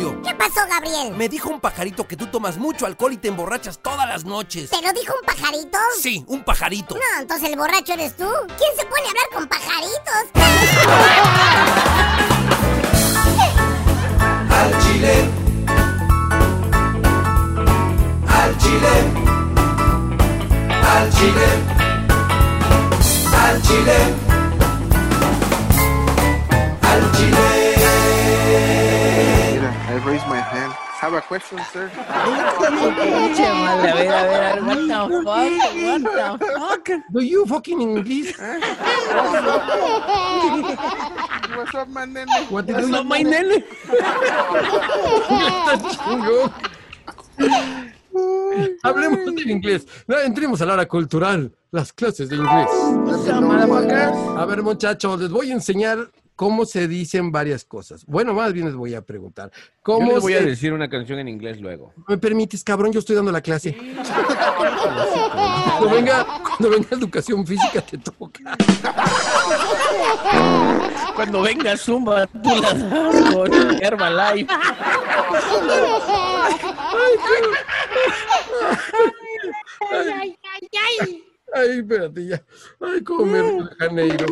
eso, Gabriel? Me dijo un pajarito que tú tomas mucho alcohol y te emborrachas todas las noches. ¿Te lo dijo un pajarito? Sí, un pajarito. No, entonces el borracho eres tú. ¿Quién se pone a hablar con pajaritos? Al chile. Al chile. Al chile. Al chile. Al chile. I raised my hand. have a question, sir. madre, a ver, a ver, what the fuck, what the fuck? Do you fucking English? What's up, my nene? What did you know, my nene? pues, Hablemos en inglés. No, entremos a la hora cultural, las clases de inglés. A ver, muchachos, les voy a enseñar cómo se dicen varias cosas. Bueno, más bien les voy a preguntar. ¿Cómo Yo les voy se- a decir una canción en inglés luego. ¿Me permites, cabrón? Yo estoy dando la clase. Cuando venga, cuando venga educación física te toca. Cuando venga Zumba, tú la das por Herbalife. Ay, ay, ay, ay. Mm. Ay, espérate ya. Ay, comer de Janeiro.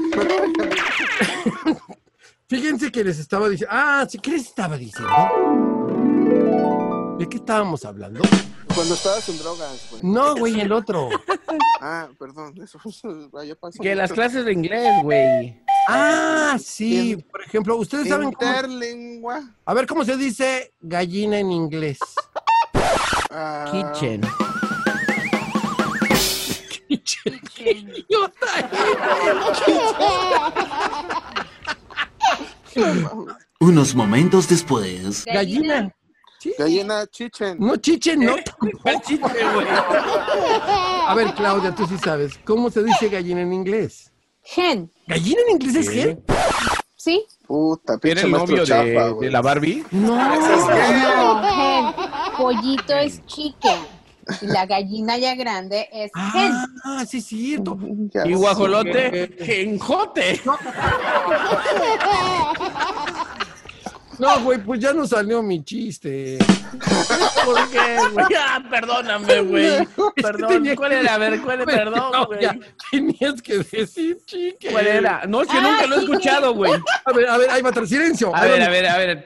Fíjense que les estaba diciendo. Ah, sí, ¿qué les estaba diciendo? ¿De qué estábamos hablando? Cuando estabas en drogas, güey. No, güey, el otro. Ah, perdón, eso fue- ya pasó. Que las clases de inglés, güey. Ah, sí. Por ejemplo, ustedes saben cómo. Interlingua. A ver, ¿cómo se dice gallina en inglés? Ah, Kitchen. Unos momentos después. Gallina. Gallina chichen. No chichen, no. ¿Cuál chiste, güey? Eh, A ver, Claudia, tú sí sabes. ¿Cómo se dice gallina en inglés? Gen, ¿Gallina en inglés es qué? ¿sí? Puta, ¿Era pinche el maestro novio chafa, de, güey. de la Barbie? No. No, gen. Pollito es chicken. Y la gallina ya grande es gen. Ah, sí, es cierto. Ya ¿Y sé. guajolote? ¡Genjote! No, güey, pues ya no salió mi chiste. ¿Por qué, güey? Ah, perdóname, güey. Pues, Perdón, Tenía ¿cuál que- era? A ver, ¿cuál era? Perdón, güey. Claudia, Tenías que decir, chique. ¿Cuál era? No, es que nunca lo he escuchado, güey. A ver, a ver, ahí va tras silencio. Ah, A Ahí ver, va a mi- ver, a ver.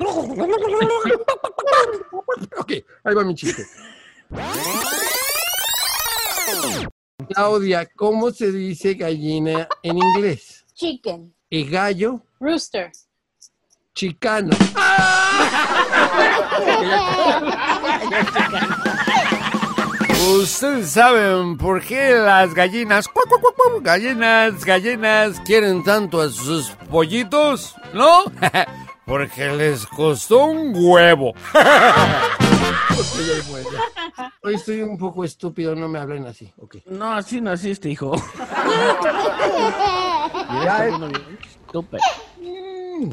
Ok, ahí va mi chiste. Claudia, ¿cómo se dice gallina en inglés? Chicken. Y gallo Rooster. chicano. Ustedes saben por qué las gallinas, cuac, cuac, cuac, cuac, gallinas, gallinas, quieren tanto a sus pollitos, ¿no? Porque les costó un huevo. Hoy estoy un poco estúpido, no me hablen así. Ok. No, así naciste, hijo. Súper.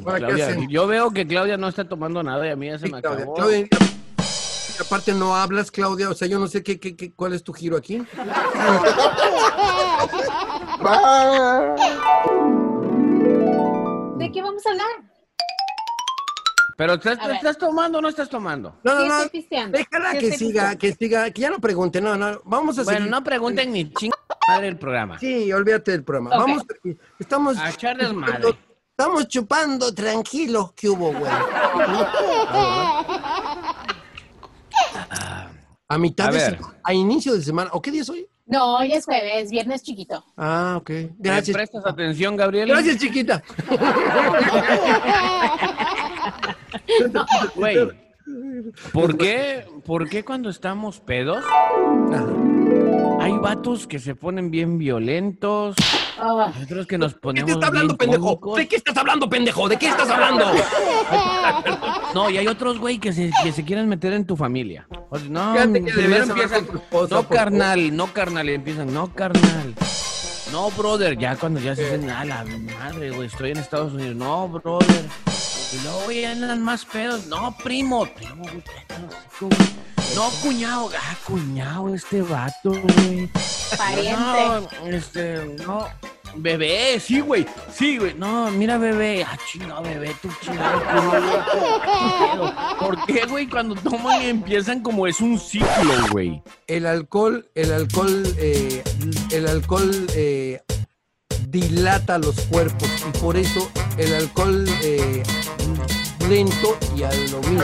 Ahora, ¿qué Claudia, hacemos? yo veo que Claudia no está tomando nada y a mí ya se Sí, me Claudia, acabó. Claudia, y aparte no hablas, Claudia. O sea, yo no sé qué, qué, qué- cuál es tu giro aquí. Ah, ¿De qué vamos a hablar? Pero ¿estás, A ver. ¿estás tomando o no estás tomando? No, Sí, no, no. estoy pisteando. Déjala Sí, que estoy siga, pisteando. que siga, que ya no pregunte. No, no. Vamos a Bueno, seguir. no pregunten ni ching madre el programa. Sí, olvídate del programa. Ok. Vamos, estamos. Ah, A echar desmadre. chupando- Estamos chupando tranquilos, que hubo, güey. A mitad A de ver. semana, a inicio de semana. ¿O qué día es hoy? No, hoy es jueves, viernes chiquito. Ah, ok. ¿Me Gracias. prestas atención, Gabriel? Gracias, chiquita. Güey, ¿por qué, ¿por qué cuando estamos pedos hay vatos que se ponen bien violentos? Ah, Nosotros que nos ¿De ponemos qué estás hablando, bien pendejo? cómicos? ¿De qué estás hablando, pendejo? ¿De qué estás hablando? No, y hay otros, güey, que se, que se quieren meter en tu familia. O sea, no, Fíjate que primero deberías hablar empiezan, con tu esposa, no, por carnal, no, carnal, y empiezan, no, carnal. No, brother, ya cuando ya se Eh. dicen, a la madre, güey, estoy en Estados Unidos. No, brother. Y luego, güey, ya andan más pedos. No, primo, primo, güey, cállate los hocico, güey. No, cuñado, ah, cuñado, este vato, güey. pariente. No, este, no. Bebé, sí, güey. Sí, güey. No, mira, bebé. Ah, chingado, bebé, tú chingado. ¿Por qué, güey? Cuando toman y empiezan como es un ciclo, güey. El alcohol, el alcohol, eh, el alcohol eh, dilata los cuerpos y por eso el alcohol eh, lento y a lo mismo.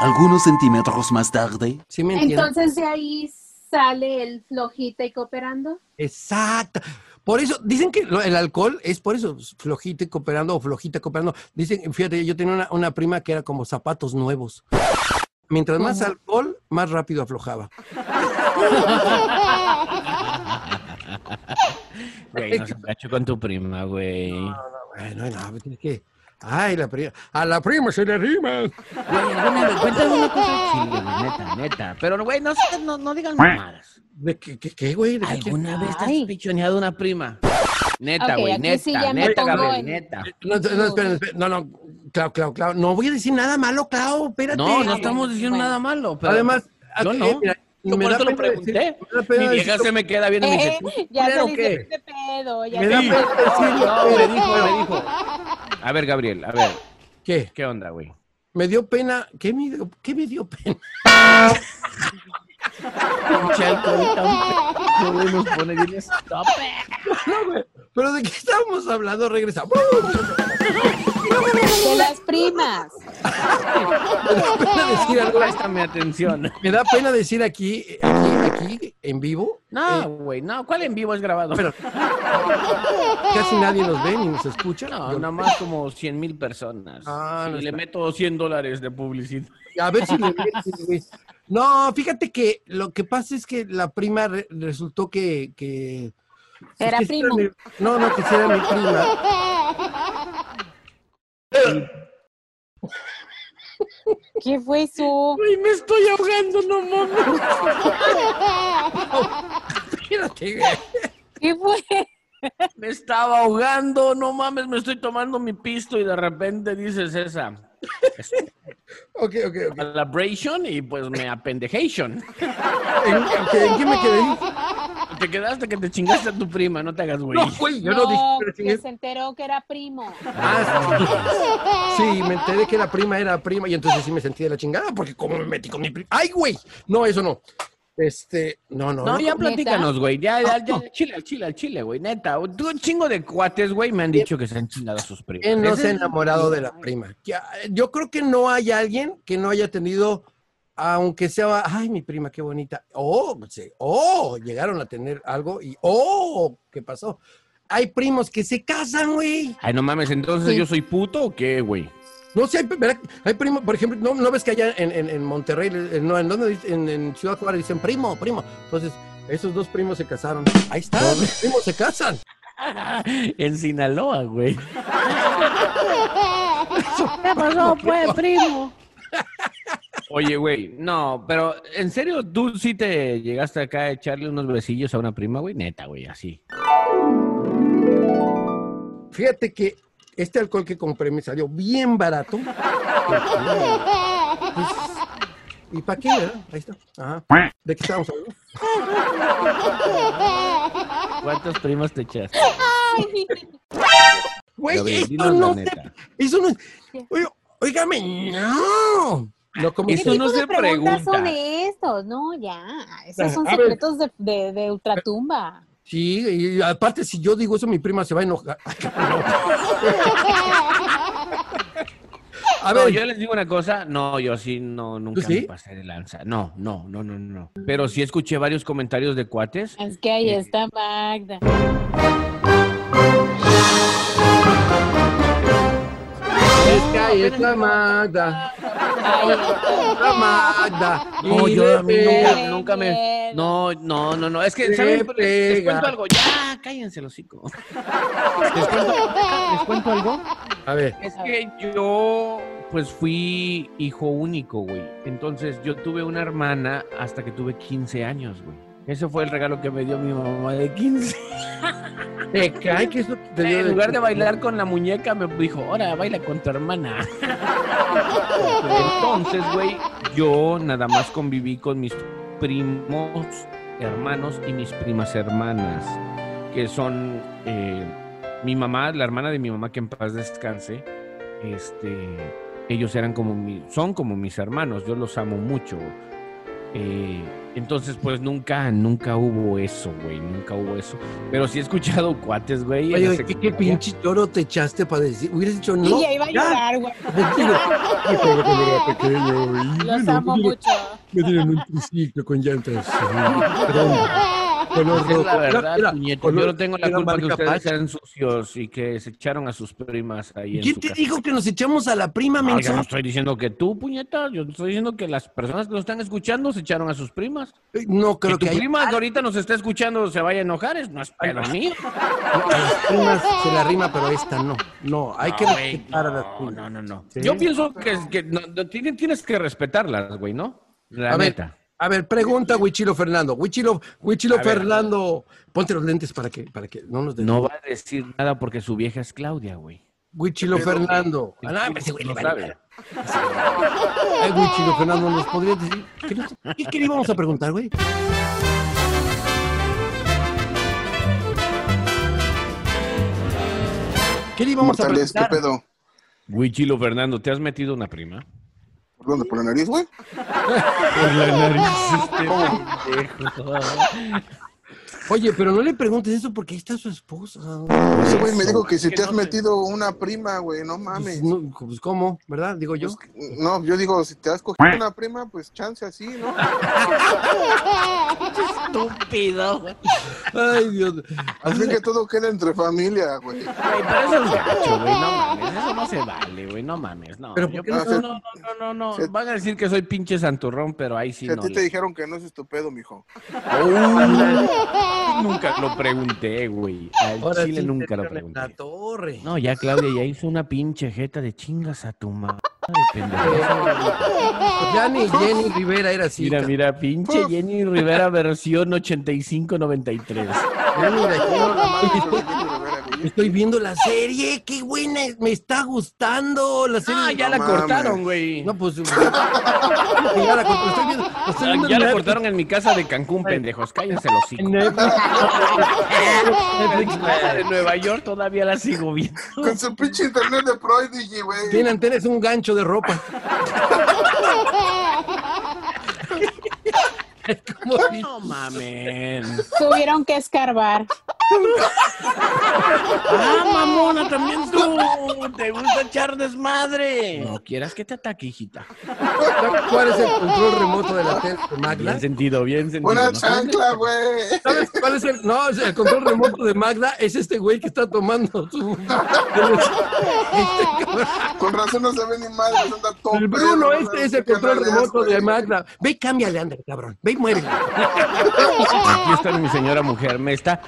Algunos centímetros más tarde. ¿Sí me entiendes? Entonces de ahí sale el flojita y cooperando. Exacto. Por eso, dicen que lo- el alcohol es por eso, flojita y cooperando o flojita cooperando. Dicen, fíjate, yo tenía una, una prima que era como zapatos nuevos. Mientras más alcohol, más rápido aflojaba. Güey, no se cacho con tu prima, güey. Bueno, no, pues, es que- Ay, la prima. A la prima se le rima. Güey, alguna vez- cuéntame una cosa. Sí, güey, neta, neta. Pero, güey, no, se- no, no digan mamadas. ¿De qué, qué, qué, güey? ¿De qué- qué? ¿Alguna vez te has Ay. pichoneado una prima? Neta, Ok, güey, aquí neta, sí ya me neta, pongo Gabriel, en- neta. No, no, esperen, esperen. No, no, Clau, Clau, Clau. No voy a decir nada malo, Clau, espérate. No, no estamos diciendo Bueno. nada malo. Pero Además, yo eh, no. mira, Yo me por da eso lo pena decir- pregunté. me da pena mi vieja decirlo. se me queda viendo y me dice, Eh, "¿Tú ya culero se o qué?" de este pedo. Ya Me da salí pena de pedo. decirlo, No, me pero- dijo, me dijo. A ver, Gabriel, a ver, ¿Qué? ¿qué onda, güey? Me dio pena. ¿Qué me dio, qué me dio pena? Pinche alcohólica, un güey nos pone bien estope. No, güey. ¿Pero de qué estábamos hablando? Regresa. De las primas. decir algo. Préstame atención. Me da pena decir aquí, aquí, aquí, en vivo. No, güey, no, ¿cuál en vivo es grabado? Pero- Casi nadie nos ve ni nos escucha. no, Yo- nada más como 100 mil personas. Ah, no y le está. meto 100 dólares de publicidad. A ver si le metes, güey. No, fíjate que lo que pasa es que la prima re- resultó que. que Era que sí primo. mi- no, no, que sí era mi prima. ¿Qué fue eso? Güey, me estoy ahogando, no mames. Espérate, güey. ¿Qué fue? Me estaba ahogando, no mames, me estoy tomando mi pisto y de repente dices esa. Ok, ok, ok. Calibration y pues me apendejation. ¿En, ok, ¿en qué me quedé? Te quedaste que te chingaste a tu prima, no te hagas güey. No, güey, yo no, no, dije. que se enteró que era primo. Ah, sí. Sí, me enteré que la prima era prima y entonces sí me sentí de la chingada porque como me metí con mi prima. ¡Ay, güey! No, eso no. Este, no, no. No, no. ya platícanos, güey. Ya, ya, ya, al chile, al chile, al chile, güey. Neta, tú un chingo de cuates, güey, me han dicho que se han chingado a sus primas. ¿Quién no Ese se ha es- enamorado de la prima? Que, ah, Yo creo que no hay alguien que no haya tenido, aunque sea, ay, mi prima, qué bonita. Oh, sí, oh, llegaron a tener algo y, oh, ¿qué pasó? Hay primos que se casan, güey. Ay, no mames, entonces Sí. yo soy puto o qué, güey. No sé, hay, ¿verdad? hay primo, por ejemplo, ¿no, no ves que allá en, en- en Monterrey, eh, no, en, dónde dice? en, en Ciudad Juárez dicen primo, primo? Entonces, esos dos primos se casaron. Ahí está, los primos se casan. en Sinaloa, güey. ¿Qué pasó, pues, primo? Oye, güey, no, pero en serio, tú sí te llegaste acá a echarle unos besillos a una prima, güey, neta, güey, así. Fíjate que este alcohol que compré me salió bien barato. Pues, ¿Y para qué, verdad? Ahí está. Ajá. ¿De qué estábamos hablando? ¿Cuántas primas te echaste? Güey, Gabriel, esto dinos la no se... neta. Eso no es... Oye, Óigame, no. No, como Eso que- no se pregunta. son estos? No, ya. Esos son Ah, A ver. secretos de, de, de ultratumba. Sí, y aparte, si yo digo eso, mi prima se va a enojar. Ay, cabrón. A No, ver, yo les digo una cosa, no, yo sí no, nunca sí? me pasé de lanza. No, no, no, no, no. Pero sí escuché varios comentarios de cuates. Es que ahí está Magda. es que ahí está Magda. Ahí está. La Magda. No, y yo a mí le nunca, pe- nunca me. No, no, no, no. Es que, Le ¿saben? Les pega. cuento algo. Ya, cállense, los hocico. Les cuento, les cuento algo. pe- A ver, Es que yo, pues fui hijo único, güey. Entonces yo tuve una hermana hasta que tuve 15 años, güey. Ese fue el regalo que me dio mi mamá de 15. te cae que eso te dio en lugar de bailar con la muñeca, me dijo, ahora baila con tu hermana. Entonces, güey, yo nada más conviví con mis primos hermanos y mis primas hermanas. que son eh, mi mamá, la hermana de mi mamá, que en paz descanse, este, ellos eran como mi- son como mis hermanos, yo los amo mucho. Eh, entonces, pues nunca, nunca hubo eso, güey, nunca hubo eso. Pero sí he escuchado cuates, güey. en la Oye, güey, ¿qué, qué secundaria. pinche lloro te echaste para decir? Hubieras dicho no. Y ya iba a llorar, güey. Ay, pero cuando era pequeño, güey. Los Bueno, amo me dieron- mucho. Me dieron un triciclo con llantas. eh, redondas, Color Es rojo. la verdad, Mira, puñeto, color- yo no tengo la era culpa que marca ustedes Pax. sean sucios y que se echaron a sus primas ahí en ¿Quién su te casa. dijo que nos echamos a la prima, No, yo no mensaje? estoy diciendo que tú, puñeta, yo estoy diciendo que las personas que nos están escuchando se echaron a sus primas. No creo que tu que hay. prima que ahorita nos está escuchando se vaya a enojar, es- no es pedo mío. A las primas se la rima, pero esta no. No, hay que No, güey, respetar a las no, primas. no, no, no. ¿Sí? Yo pienso que, que no- no, tienes, tienes que respetarlas, güey, ¿no? La a ver, neta. a ver, pregunta Huichilo Fernando. Huichilo, Huichilo A ver. Fernando, ponte los lentes para que, para que no nos den. No va a decir nada porque su vieja es Claudia, güey. Huichilo Fernando. Ah, no, ese güey le vale madre. Ay, Huichilo Fernando, ¿nos podrías decir qué, nos- qué- qué le íbamos a preguntar, güey? ¿Qué le íbamos a Mortales, ¿qué preguntar? pedo? Güey, Chilo Fernando, ¿te has metido una prima? ¿Por dónde? ¿Por la nariz, güey? Por la Oye, pero no le preguntes eso porque ahí está su esposa. Ese güey me dijo que si Pues que te has no te- metido una prima, güey, no mames. Pues, no, pues, ¿cómo? ¿Verdad? Digo Pues yo. No, yo digo, si te has cogido una prima, pues chance así, ¿no? Estúpido, güey. Ay, Dios. Así que todo queda entre familia, güey. Güey, pero eso es gacho, güey, no mames, eso no se vale, güey, no mames, no. Pero yo ¿por qué no pienso- se- no, no, no, no, se- no, van a decir que soy pinche santurrón, pero ahí sí Si a no. ti te le- dijeron que no es estupendo, mijo. Nunca lo pregunté, güey, al Ahora chile sí nunca te lo dieron en La pregunté. torre. No, ya Claudia ya hizo una pinche jeta de chingas a tu madre, pendejo. Ya ni Jenny Rivera era así. Mira, ca- mira, pinche Jenny Rivera versión 85-93. Ya ni la quiero, la madre. Pero de Jenny Rivera, güey. Estoy viendo la serie, qué buena, es, me está gustando la serie. Ah, ya No la mames. cortaron, güey. No, pues. ya la corté, estoy viendo. la estoy Ah, viendo ya en la Netflix. cortaron en mi casa de Cancún, pendejos. Cállense los En hijos. Netflix. Netflix, La de Nueva York todavía la sigo viendo. Con su pinche internet de Prodigy, güey. Tiene antenas un gancho de ropa. ¿Cómo dice? No mames. Tuvieron que escarbar. Ah, mamona, también tú. Te gusta echar desmadre. No quieras que te ataque, hijita. ¿Cuál es el control remoto de la tele de Magda? Bien sentido, bien sentido. Una ¿no? chancla, güey. ¿Sabes cuál es el? No, o sea, el control remoto de Magda es este güey que está tomando su. Este cabrón. Con razón no se ve ni madre, anda todo. El Bruno, este es el control remoto eh. de Magda. Ve y cámbiale, anda, cabrón. Ve y muévele. Aquí está mi señora mujer. Me está.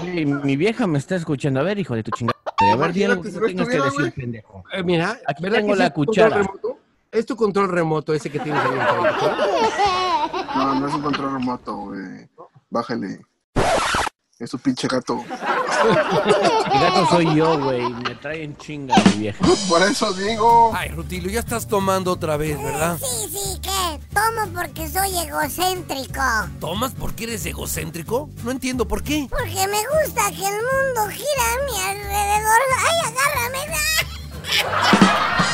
Güey, mi vieja me está escuchando. A ver, hijo de tu chingada. A ver, di algo que Imagínate tú si no tengas que estuviera, decir, güey. pendejo. Eh, mira, Aquí ¿verdad tengo que la es tu cuchara. control remoto? ¿Es tu control remoto ese que tienes ahí enfrente? No, no es un control remoto, güey. Bájale. Es un pinche gato. El gato soy yo, güey. Me traen chinga mi vieja. Por eso digo. Ay, Rutilo, ya estás tomando otra vez, ¿verdad? Sí, sí, ¿qué? Tomo porque soy egocéntrico. ¿Tomas porque eres egocéntrico? No entiendo por qué. Porque me gusta que el mundo gira a mi alrededor. ¡Ay, agárrame!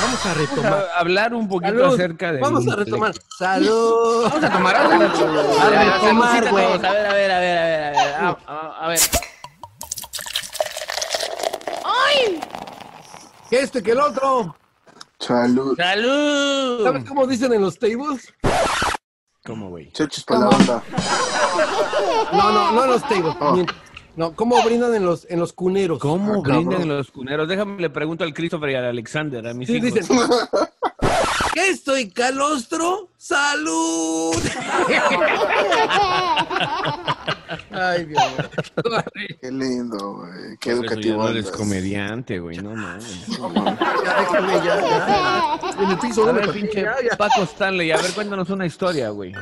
Vamos a retomar. A- hablar un poquito Salud. acerca de. Vamos a retomar. Salud. Vamos a tomar algo. A ver, A retomar, saludcita güey. todos. A ver, a ver, a ver, a ver, a ver. A, a- a ver. Que este, que el otro. Salud. ¿Sabes ¡Salud! cómo dicen en los tables? ¿Cómo, güey? Chechis para la banda. No, no, no en los tables. Oh. miento. No, ¿cómo brindan en los, en los cuneros? ¿Cómo Ah, cabrón. brindan los cuneros? Déjame, le pregunto al Christopher y al Alexander, a mis Sí, hijos. dicen. ¿Qué estoy, calostro? ¡Salud! Ay, Dios mío. Qué lindo, güey. Qué Por eso ya educativo. no eres andas. comediante, güey, no mames. No mames. Ya déjame, ya, ya. En el piso A uno me ver, partí, pinche ya, ya. Paco Stanley, a ver, cuéntanos una historia, güey.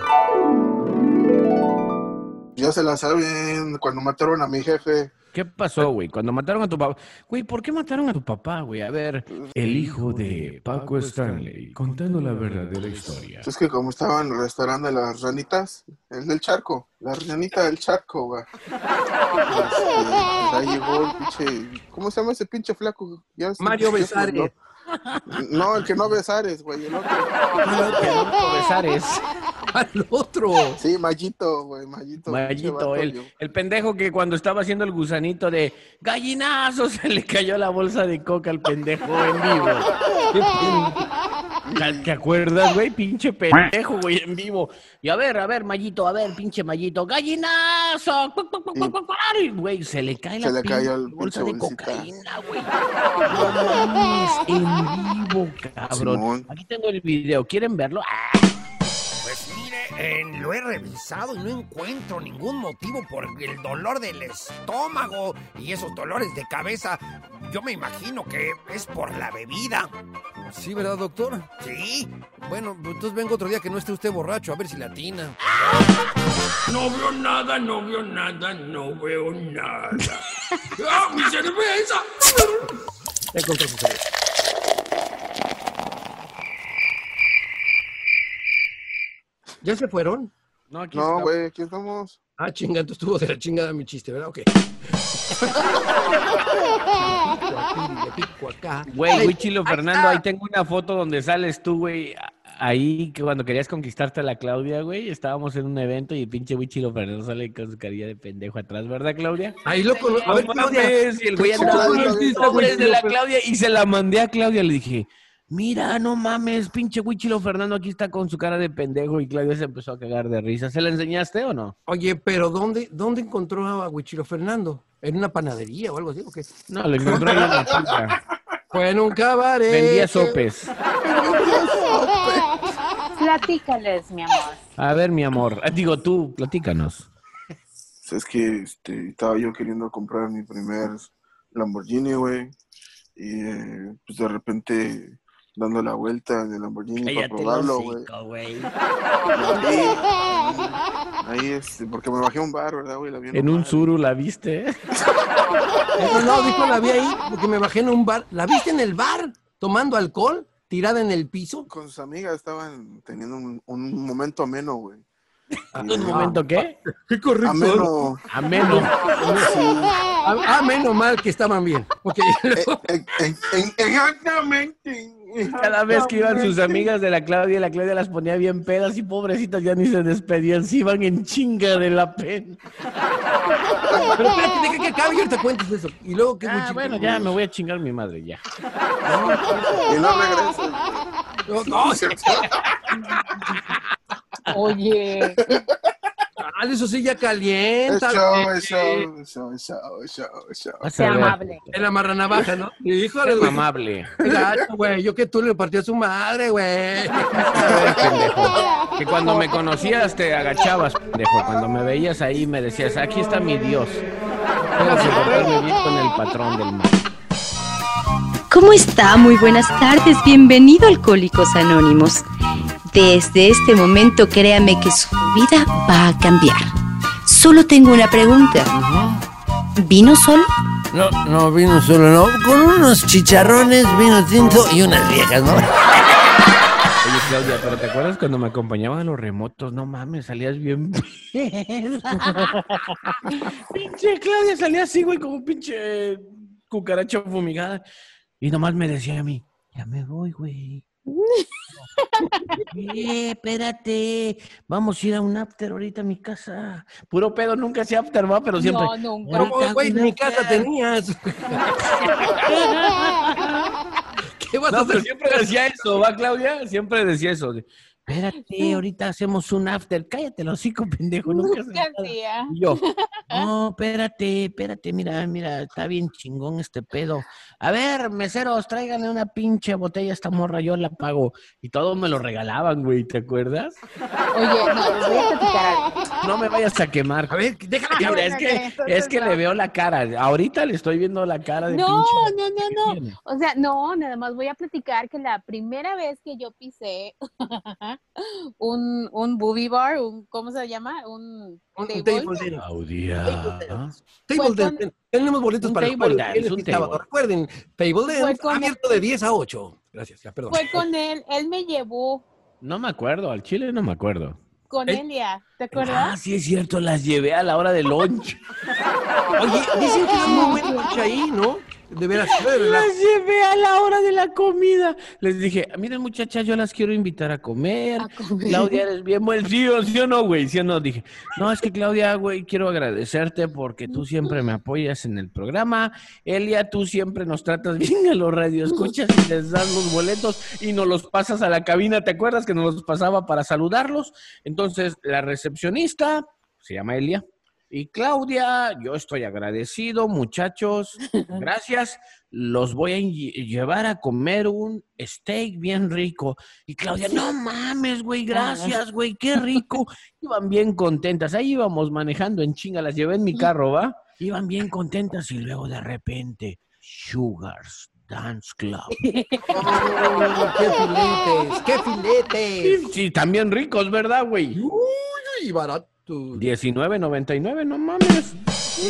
Ya se la saben. Cuando mataron a mi jefe. ¿Qué pasó, güey? Cuando mataron a tu papá. Güey, ¿por qué mataron a tu papá, güey? A ver. El hijo de Paco Stanley, contando la verdadera historia. Es que como estaban restaurando las ranitas, el del charco, la ranita del charco, güey. Este, Ahí llegó el pinche, ¿cómo se llama ese pinche flaco? Ya es- Mario ya se Besares. murió. No, el que no Besares, güey, el otro. Ah, Besares. Al otro. Sí, Mallito, güey, Mallito. pinche Mayito, vato, yo- el, el pendejo que cuando estaba haciendo el gusanito de gallinazo se le cayó la bolsa de coca al pendejo en vivo. Qué pende- ¿Te acuerdas, güey? Pinche pendejo, güey, en vivo. Y a ver, a ver, Mayito, a ver, pinche Mayito, gallinazo. Cuac, cuac, cuac, cuac, cuac, cuac. Y, Güey, se le cae la Se le pinche cayó el bolsa de pinche bolsita. cocaína, güey. No mames, en vivo, cabrón. Simón. Aquí tengo el video, ¿quieren verlo? Ah. Pues mire, eh, lo he revisado y no encuentro ningún motivo por el dolor del estómago y esos dolores de cabeza. Yo me imagino que es por la bebida. Sí, ¿verdad, doctor? Sí, Bueno, pues, entonces vengo otro día que no esté usted borracho, a ver si latina. No veo nada, no veo nada, no veo nada. ¡Ah, mi cerveza! ¿Ya se fueron? No, aquí No, está. güey, aquí estamos. Ah, chinga, entonces estuvo de la chingada mi chiste, ¿verdad? Ok. Le pico acá. Güey, güey, Chilo Fernando, ahí tengo una foto donde sales tú, güey. a- Ahí que cuando querías conquistarte a la Claudia, güey, estábamos en un evento y el pinche güey Chilo Fernando sale con su carilla de pendejo atrás, ¿verdad, Claudia? Ahí lo cono- A ver, No Claudia. mames, y el güey Sí, andaba Claudia, con sí, los sí, sobres sí, de la sí. Claudia y se la mandé a Claudia. Le dije, mira, no mames, pinche güey Chilo Fernando aquí está con su cara de pendejo y Claudia se empezó a cagar de risa. ¿Se la enseñaste o no? Oye, pero ¿dónde, dónde encontró a Huichiro Fernando? ¿En una panadería o algo así? ¿O qué? No, lo encontré en la puta. Fue en un cabaret. Vendía sopes. Platícales, mi amor. A ver, mi amor. Ah, Digo, tú, platícanos. Pues Es que este, estaba yo queriendo comprar mi primer Lamborghini, güey. Y eh, pues de repente dando la vuelta en el Lamborghini para probarlo, güey. güey. Ahí este, porque me bajé a un bar, ¿verdad, güey? La vi En un bar. suru la viste. No, no, dijo, la vi ahí porque me bajé en un bar. ¿La viste en el bar? Tomando alcohol, tirada en el piso. Con sus amigas estaban teniendo un, un momento ameno, güey. "Ah, ¿Un momento qué? Qué correcto. Ameno. Ameno. Ah, menos mal que estaban bien. Ok. Eh, eh, eh, eh, Exactamente. Cada vez que iban sus amigas de la Claudia, la Claudia las ponía bien pedas y pobrecitas ya ni se despedían, se iban en chinga de la pena. Pero espérate, deja que acabe y ahorita cuentes eso. Y luego que Ah, bueno, ya me voy a chingar mi madre, ya. "Ah, Y no regresas. No, no, Oye, chale, Ah, eso sí ya Es calienta. show, güey. es show, es show, es show, es show, es show. sea amable. En la marranavaja, ¿no? Híjole, Eres güey. amable. qué gacho, güey. Yo que tú le partí a su madre, güey. Que cuando me conocías te agachabas, pendejo. Cuando me veías ahí me decías, aquí está mi Dios. Tengo que portarme bien con el patrón del mal. ¿Cómo está? Muy buenas tardes. Bienvenido a Alcohólicos Anónimos. Desde este momento créame que su vida va a cambiar. Solo tengo una pregunta. ¿Vino solo? No, no, vino solo, no. Con unos chicharrones, vino tinto y unas viejas, ¿no? Oye, Claudia, pero ¿te acuerdas cuando me acompañaban a los remotos? No mames, salías bien. pinche Claudia salía así, güey, como un pinche cucaracha fumigada. Y nomás me decía a mí, ya me voy, güey. eh, espérate, vamos a ir a un after ahorita a mi casa. Puro pedo, nunca hacía after, va, pero siempre. No, nunca. Ahorita No, güey, hago un ni casa after. tenías. ¿Qué vas a No, pero hacer? siempre decía eso, ¿va, Claudia? Siempre decía eso. de, Espérate, ahorita hacemos un after. Cállate, los hocico, pendejo. Nunca haces Nunca nada". hacía. Y yo, no, espérate, espérate, mira, mira, está bien chingón este pedo. A ver, meseros, tráiganle una pinche botella a esta morra, yo la pago. Y todos me lo regalaban, güey, ¿te acuerdas? Oye, no, les voy a platicar algo. No me vayas a quemar. A ver, déjame que hable. Es bueno, ok, que, entonces es que no. le veo la cara. Ahorita le estoy viendo la cara de No, pinche- no, que no, no. tiene. O sea, no, nada más voy a platicar que la primera vez que yo pisé un, un booby bar, un, ¿cómo se llama? Un, Un, un table. table dinner. Table dance. Table Pues dance. con- Tenemos boletos Un para table el jueves, dance, viernes un y sábado. table. Recuerden, table dance Pues con- Pues abierto de 10 a 8. Gracias, ya, perdón. Fue con él, él me llevó No me acuerdo, al chile no me acuerdo. con ¿Eh? Elia, ¿te Ah, acuerdas? sí es cierto, las llevé a la hora de lunch. Oye, dicen que es muy buena noche ahí, ¿no? De veras, de verdad. Las llevé a la hora de la comida. Les dije, miren muchachas, yo las quiero invitar a comer. Claudia, eres bien buen sí o sí o no, güey, sí o no. Dije, no, es que Claudia, güey, quiero agradecerte porque tú siempre me apoyas en el programa. Elia, tú siempre nos tratas bien a los radioescuchas y les das los boletos y nos los pasas a la cabina. ¿Te acuerdas que nos los pasaba para saludarlos? Entonces, la recepcionista, se llama Elia. Y Claudia, yo estoy agradecido, muchachos. Gracias. Los voy a lle- llevar a comer un steak bien rico. Y Claudia, no mames, güey, gracias, güey, qué rico. Iban bien contentas. Ahí íbamos manejando en chinga, las llevé en mi carro, ¿va? Iban bien contentas y luego de repente, Sugars Dance Club. ¡Qué filetes! ¡Qué filetes! Sí, también ricos, ¿verdad, güey? Y barato. $19.99, no mames.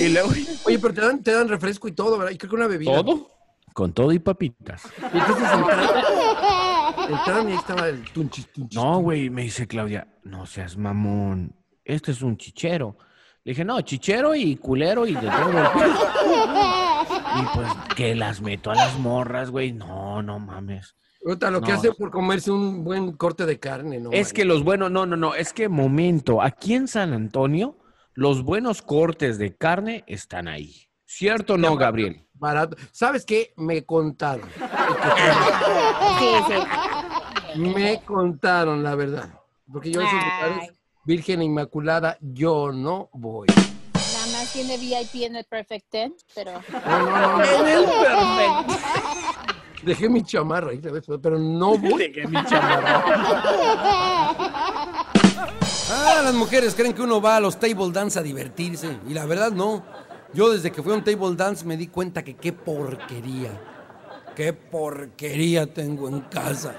Y luego, Oye, pero te dan, te dan refresco y todo, ¿verdad? Y creo que una bebida. todo. Con todo y papitas. Y entonces entraron, entraron y ahí estaba el tunchis, tunchis. No, güey, me dice Claudia, no seas mamón, este es un chichero. Le dije, no, chichero y culero y de todo el pedo". Y pues que las meto a las morras, güey. No, no mames. Ahorita lo que No. hace por comerse un buen corte de carne, ¿no? es que los buenos, no, no, no, es que momento, aquí en San Antonio, los buenos cortes de carne están ahí. ¿Cierto o no, Gabriel? Barato. ¿Sabes qué? Me contaron. Sí, sí. Me contaron, la verdad. Porque yo a esos Ay. lugares, Virgen Inmaculada, yo no voy. Nada más tiene VIP en el Perfect Ten, pero No, no, no, no. perfecto. Dejé mi chamarra ahí, ¿sabes? pero no voy. Ah, las mujeres creen que uno va a los table dance a divertirse. Y la verdad, no. Yo desde que fui a un table dance me di cuenta que qué porquería. Qué porquería tengo en casa.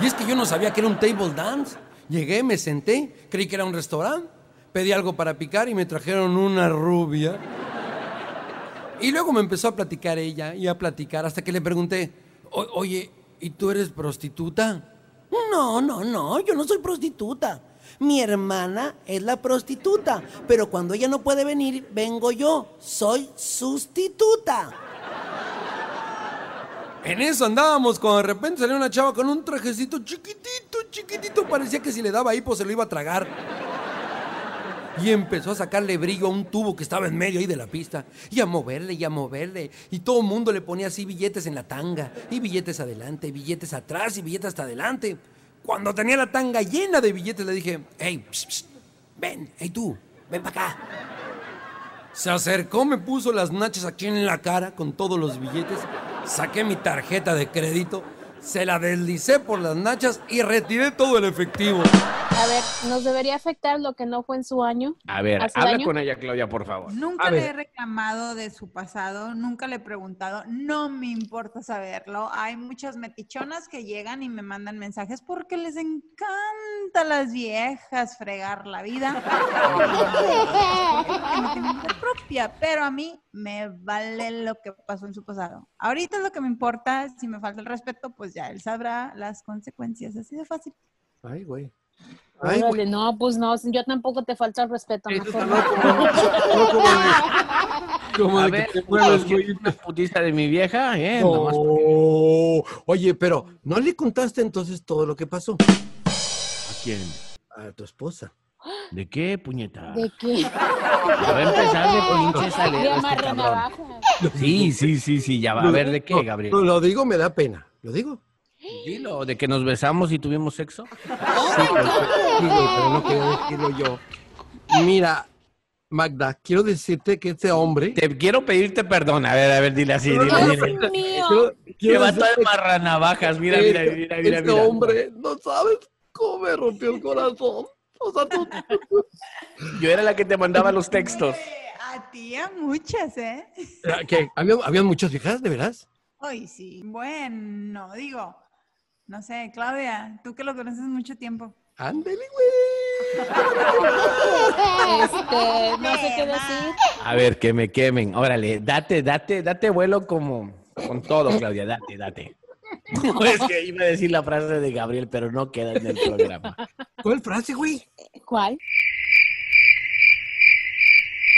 Y es que yo no sabía que era un table dance. Llegué, me senté, creí que era un restaurante. Pedí algo para picar y me trajeron una rubia. Y luego me empezó a platicar ella y a platicar hasta que le pregunté, "O- oye, ¿y tú eres prostituta? No, no, no, yo no soy prostituta. Mi hermana es la prostituta, pero cuando ella no puede venir, vengo yo. Soy sustituta. En eso andábamos cuando de repente salió una chava con un trajecito chiquitito, chiquitito. Parecía que si le daba hipo se lo iba a tragar. Y empezó a sacarle brillo a un tubo que estaba en medio ahí de la pista. Y a moverle y a moverle. Y todo el mundo le ponía así billetes en la tanga. Y billetes adelante, billetes atrás y billetes hasta adelante. Cuando tenía la tanga llena de billetes le dije, hey, psst, psst, ven, hey tú, ven para acá. Se acercó, me puso las nachas aquí en la cara con todos los billetes. Saqué mi tarjeta de crédito, se la deslicé por las nachas y retiré todo el efectivo. a ver, ¿nos debería afectar lo que no fue en su año? A ver, ¿Hace habla daño? con ella, Claudia, por favor. Nunca A le ver. he reclamado de su pasado, nunca le he preguntado, no me importa saberlo. Hay muchas metichonas que llegan y me mandan mensajes porque les encanta a las viejas fregar la vida. Porque no tienen vida propia, pero a mí me vale lo que pasó en su pasado. Ahorita es lo que me importa, si me falta el respeto, pues ya él sabrá las consecuencias, así de fácil. Ay, güey. Ay, Órale, no, pues no, yo tampoco te falta el respeto. mejor no. Como A de que ver, te putos, mueves, ¿quieres una putiza de mi vieja, eh. No. Nomás- Oh, Oye, pero ¿no le contaste entonces todo lo que pasó? ¿A quién? A tu esposa. ¿De qué, puñeta? ¿De qué? Ya va a empezar de pinche salero De este amarra cabrón. navaja. Sí, sí, sí, sí, ya va. A Lo- ver, ¿de no, qué, Gabriel? no, Lo digo, me da pena. ¿Lo digo? Dilo, ¿de que nos besamos y tuvimos sexo? Sí, güey, pero no quiero decirlo yo. Mira, Magda, quiero decirte que este hombre... Te quiero pedirte perdón. A ver, a ver, dile así, dile, dile. Dios mío. Que quiero va todo decirte de marranavajas. Mira, que mira, este- mira, mira. Este mira. hombre, no sabes cómo me rompió el corazón. O sea, tú... Yo era la que te mandaba los textos. A ti, a muchas, ¿eh? ¿Qué? ¿Había- ¿Habían muchas viejas, de veras? Ay, sí. Bueno, digo, No sé, Claudia, tú que lo conoces mucho tiempo. Ándele, güey. Este, no sé qué decir. A ver, que me quemen. Órale, date, date, date vuelo como con todo, Claudia, date, date. No, es que iba a decir la frase de Gabriel, pero no queda en el programa. ¿Cuál frase, güey? ¿Cuál?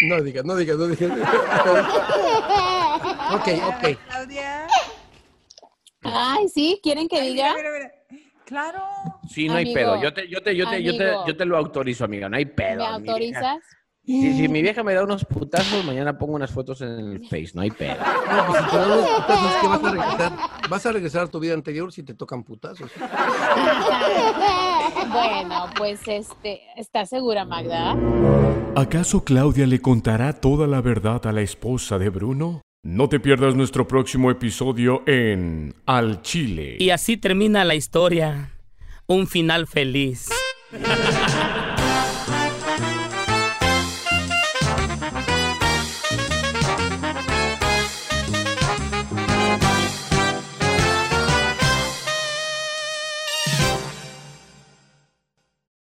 No digas, no digas, no digas. ok, ok. Claudia. Ay, sí, ¿quieren que Ay, diga? mira, mira, mira. Claro. Sí, no hay Amigo. pedo. Yo te, yo te, yo te, yo te, Amigo. yo te lo autorizo, amiga. No hay pedo. ¿Me mi vieja. autorizas? Sí, sí, mi vieja me da unos putazos, mañana pongo unas fotos en el Face, no hay pedo. No, pues, si te dan unos putazos, ¿qué vas a regresar? Vas a regresar a tu vida anterior si te tocan putazos. Bueno, pues este, ¿estás segura, Magda? ¿Acaso Claudia le contará toda la verdad a la esposa de Bruno? No te pierdas nuestro próximo episodio en Al Chile. Y así termina la historia. Un final feliz.